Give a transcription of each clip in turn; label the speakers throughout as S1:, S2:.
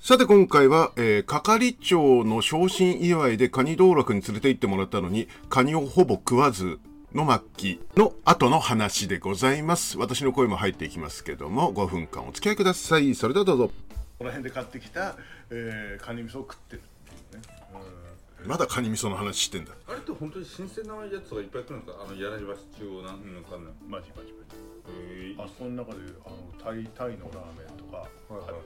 S1: さて今回は、えー係長の昇進祝いでカニ道楽に連れて行ってもらったのに、カニをほぼ食わずの末期の後の話でございます。私の声も入っていきますけども、5分間お付き合いください。それではどうぞ。
S2: この辺で買ってきた、えー、カニ味噌を食ってるっていうね、
S1: まだカニ味噌の話してんだ。
S3: あれって本当に新鮮なやつがいっぱい来るんですかあの柳橋中央なんかの館内
S2: うん、マジマジマジ
S3: へ
S2: あそこの中であのタイタイのラーメンとか、
S3: はいはい
S2: あの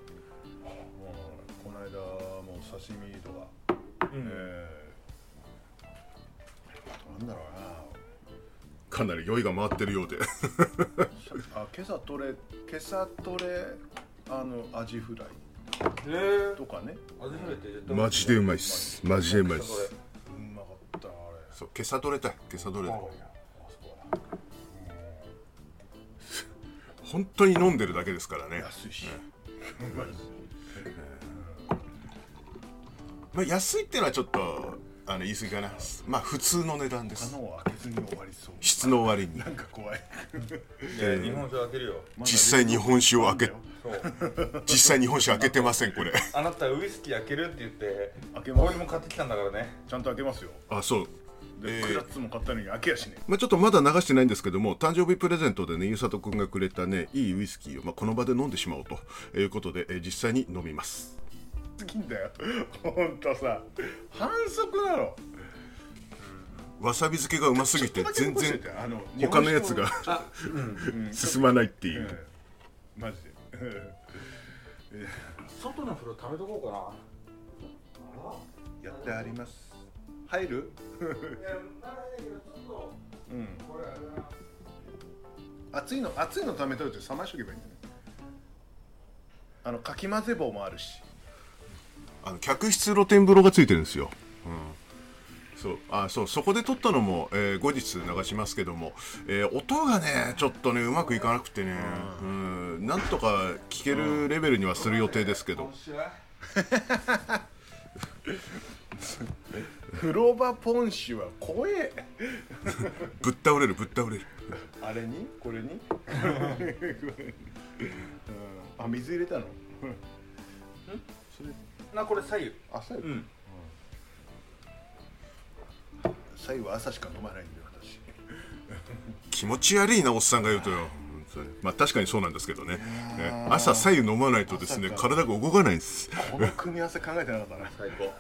S2: この間もう刺身とか、えー、なんだろ
S1: かなり酔いが回ってるようで。
S2: うなあ今朝取れ今朝取れあのアジフライ
S3: えー
S2: とかね
S3: 味フライっ て
S1: マジでうまいっす。マジでうまいっす。
S2: うまかったなあれ
S1: そう、今朝取れたい。今朝取れたい。
S2: あそこは
S1: 本当に飲んでるだけですからね。
S2: 安いし、
S1: まあ、安いってのはちょっと、あの、言い過ぎかな。まあ、普通の値段です。
S2: 穴を開けずに終わりそう
S1: 質の割に。
S2: なんか怖い
S3: いや日本酒開けるよ
S1: 実際日本酒を開け、
S3: そう
S1: 実際日本酒開けてません、これ。
S3: あなたウイスキー開けるって言って
S2: 開けます
S3: 氷も買ってきたんだからね
S2: ちゃんと開けますよ
S1: あ、そう。
S2: で、
S1: えー
S2: クラッツも買ったのに開けやしね
S1: まあ、ちょっとまだ流してないんですけども、誕生日プレゼントでね、ゆうさとくんがくれたね、いいウイスキーを、まあ、この場で飲んでしまおうということで、えー実際に飲みます。
S2: 好きんだよほんとさ反則なの
S1: わさび漬けがうますぎて、全
S2: ちょ
S1: 然
S2: っとだけ残しててあの
S1: 他のやつが
S2: 日
S1: 進まないってい
S2: 本酒を
S1: う。
S2: うんマジで
S3: 外の風呂食べとこうかな
S2: やってあります入る
S3: いやまだいいけどちょ
S2: うん
S3: っとこれ
S2: 熱いの熱いの溜めといて冷ましとけばいいんだねあのかき混ぜ棒もあるし
S1: あの客室露天風呂がついてるんですよ。うん、そうあそうそこで撮ったのも、えー後日流しますけども、えー音がねちょっとねうまくいかなくてね、うん、なんとか聞けるレベルにはする予定ですけど
S3: 今、週は
S2: 風呂場ポンシュは怖え
S1: ぶっ倒れるぶっ倒れる。
S2: あれにこれに これにうんあ水入れたの
S3: なこれ左右
S2: あ左右
S3: ん
S2: 左右は朝しか飲まないんだよ私
S1: 気持ち悪いなおっさんが言うとよ。本当にまあ確かにそうなんですけどね。ね朝左右飲まないとですね
S2: 朝か
S1: 体が動かないんです。
S2: この組み合わせ考えてなかったな
S3: 最高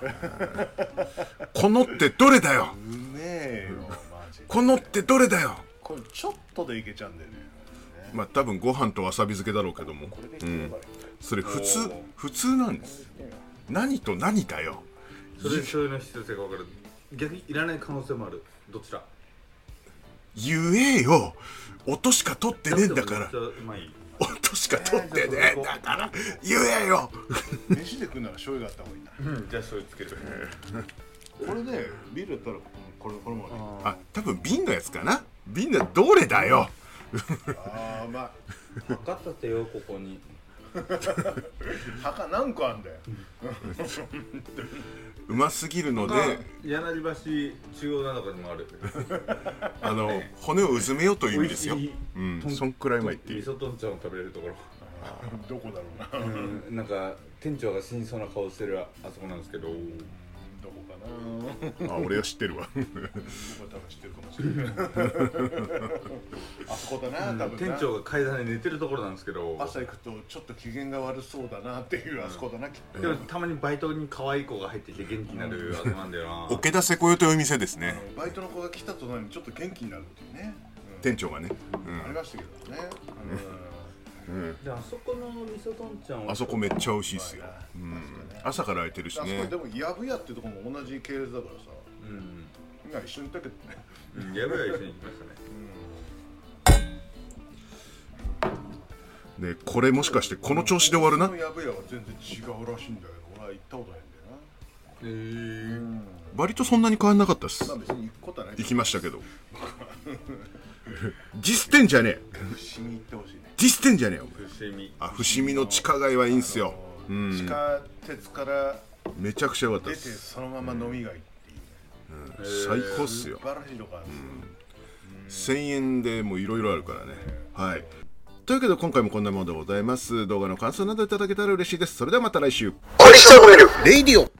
S1: このってどれだよ。
S2: うめえよマジで
S1: このってどれだよ。
S2: これちょっとでいけちゃうんだよね
S1: まあ多分ご飯とわさび漬けだろうけども。
S2: これでいければいい
S1: それ普通
S3: おー
S1: 普通なんです何と何だよ
S3: それ醤油の必要性が分かる逆にいらない可能性もあるどちら
S1: 言えよ音しか取ってねえんだから
S3: めっちゃうまい
S1: 音しか取ってねえんだから言えよ
S2: 飯で食うなら醤油があった方がいいな
S3: うんじゃあ醤油つける
S2: これでビールやったらこれこれも
S1: あ多分瓶のやつかな瓶のどれだよ
S2: ああうま
S3: 測ったてよここに
S2: い墓何個あんだよ
S1: うますぎるので
S3: 柳橋中央なんかにもある
S1: あの骨をうずめよう という意味ですよ
S3: 美味しい
S1: うんそんくらいまいってい
S3: 味
S1: う
S3: 噌とんちゃんを食べれるところ
S2: どこだろうな
S3: うんなんか店長が死にそうな顔してるああそこなんですけど
S2: どこかなどこ
S1: あ俺は知ってるわ
S2: か多分知ってるかもしれないあそこだな多分な
S3: 店長が階段で寝てるところなんですけど
S2: 朝行くとちょっと機嫌が悪そうだなっていうあそこだなきっと
S3: でもたまにバイトに可愛い子が入ってきて元気になるあそこなんだよな
S1: 桶田セコヨという店ですね
S2: バイトの子が来たとなにちょっと元気になるっていうね、
S1: 店長がね
S2: うん、ありましたけどね、
S3: であそこの味噌とんちゃ
S1: あ
S3: んは
S1: そこめっちゃ美味しいですよ
S2: うん
S1: 朝から空いてるし
S2: あそこねあ
S1: ね
S2: そこでもやぶやっていうとこも同じ系列だからさ
S3: うん
S2: みんな一緒にいたけどね
S3: うんやばいや一緒に行きましたね
S1: ねこれもしかしてこの調子で終わるな
S2: そのやぶやは全然違うらしいんだけど俺は行ったことないんだよ
S3: へえ
S1: 割とそんなに変わんなかったっす
S2: なまあ別に行くことはない
S1: 行きましたけど ディスってんじゃねえ
S2: 不思議行ってほしいね
S1: ディスってんじゃねえよお前
S3: 伏見
S1: あ伏見の地下街はいいんすよ
S2: 地下鉄から
S1: めちゃくちゃ良かった
S2: 出
S1: ってす
S2: そのまま飲みがいっていうね
S1: 最高っす
S2: 素
S1: よ
S2: 晴らしいとこあるんですよ
S1: 1000円でもういろいろあるからねはいというわけで今回もこんなものでございます動画の感想などいただけたら嬉しいですそれではまた来週
S4: クリスタルメルレイディオ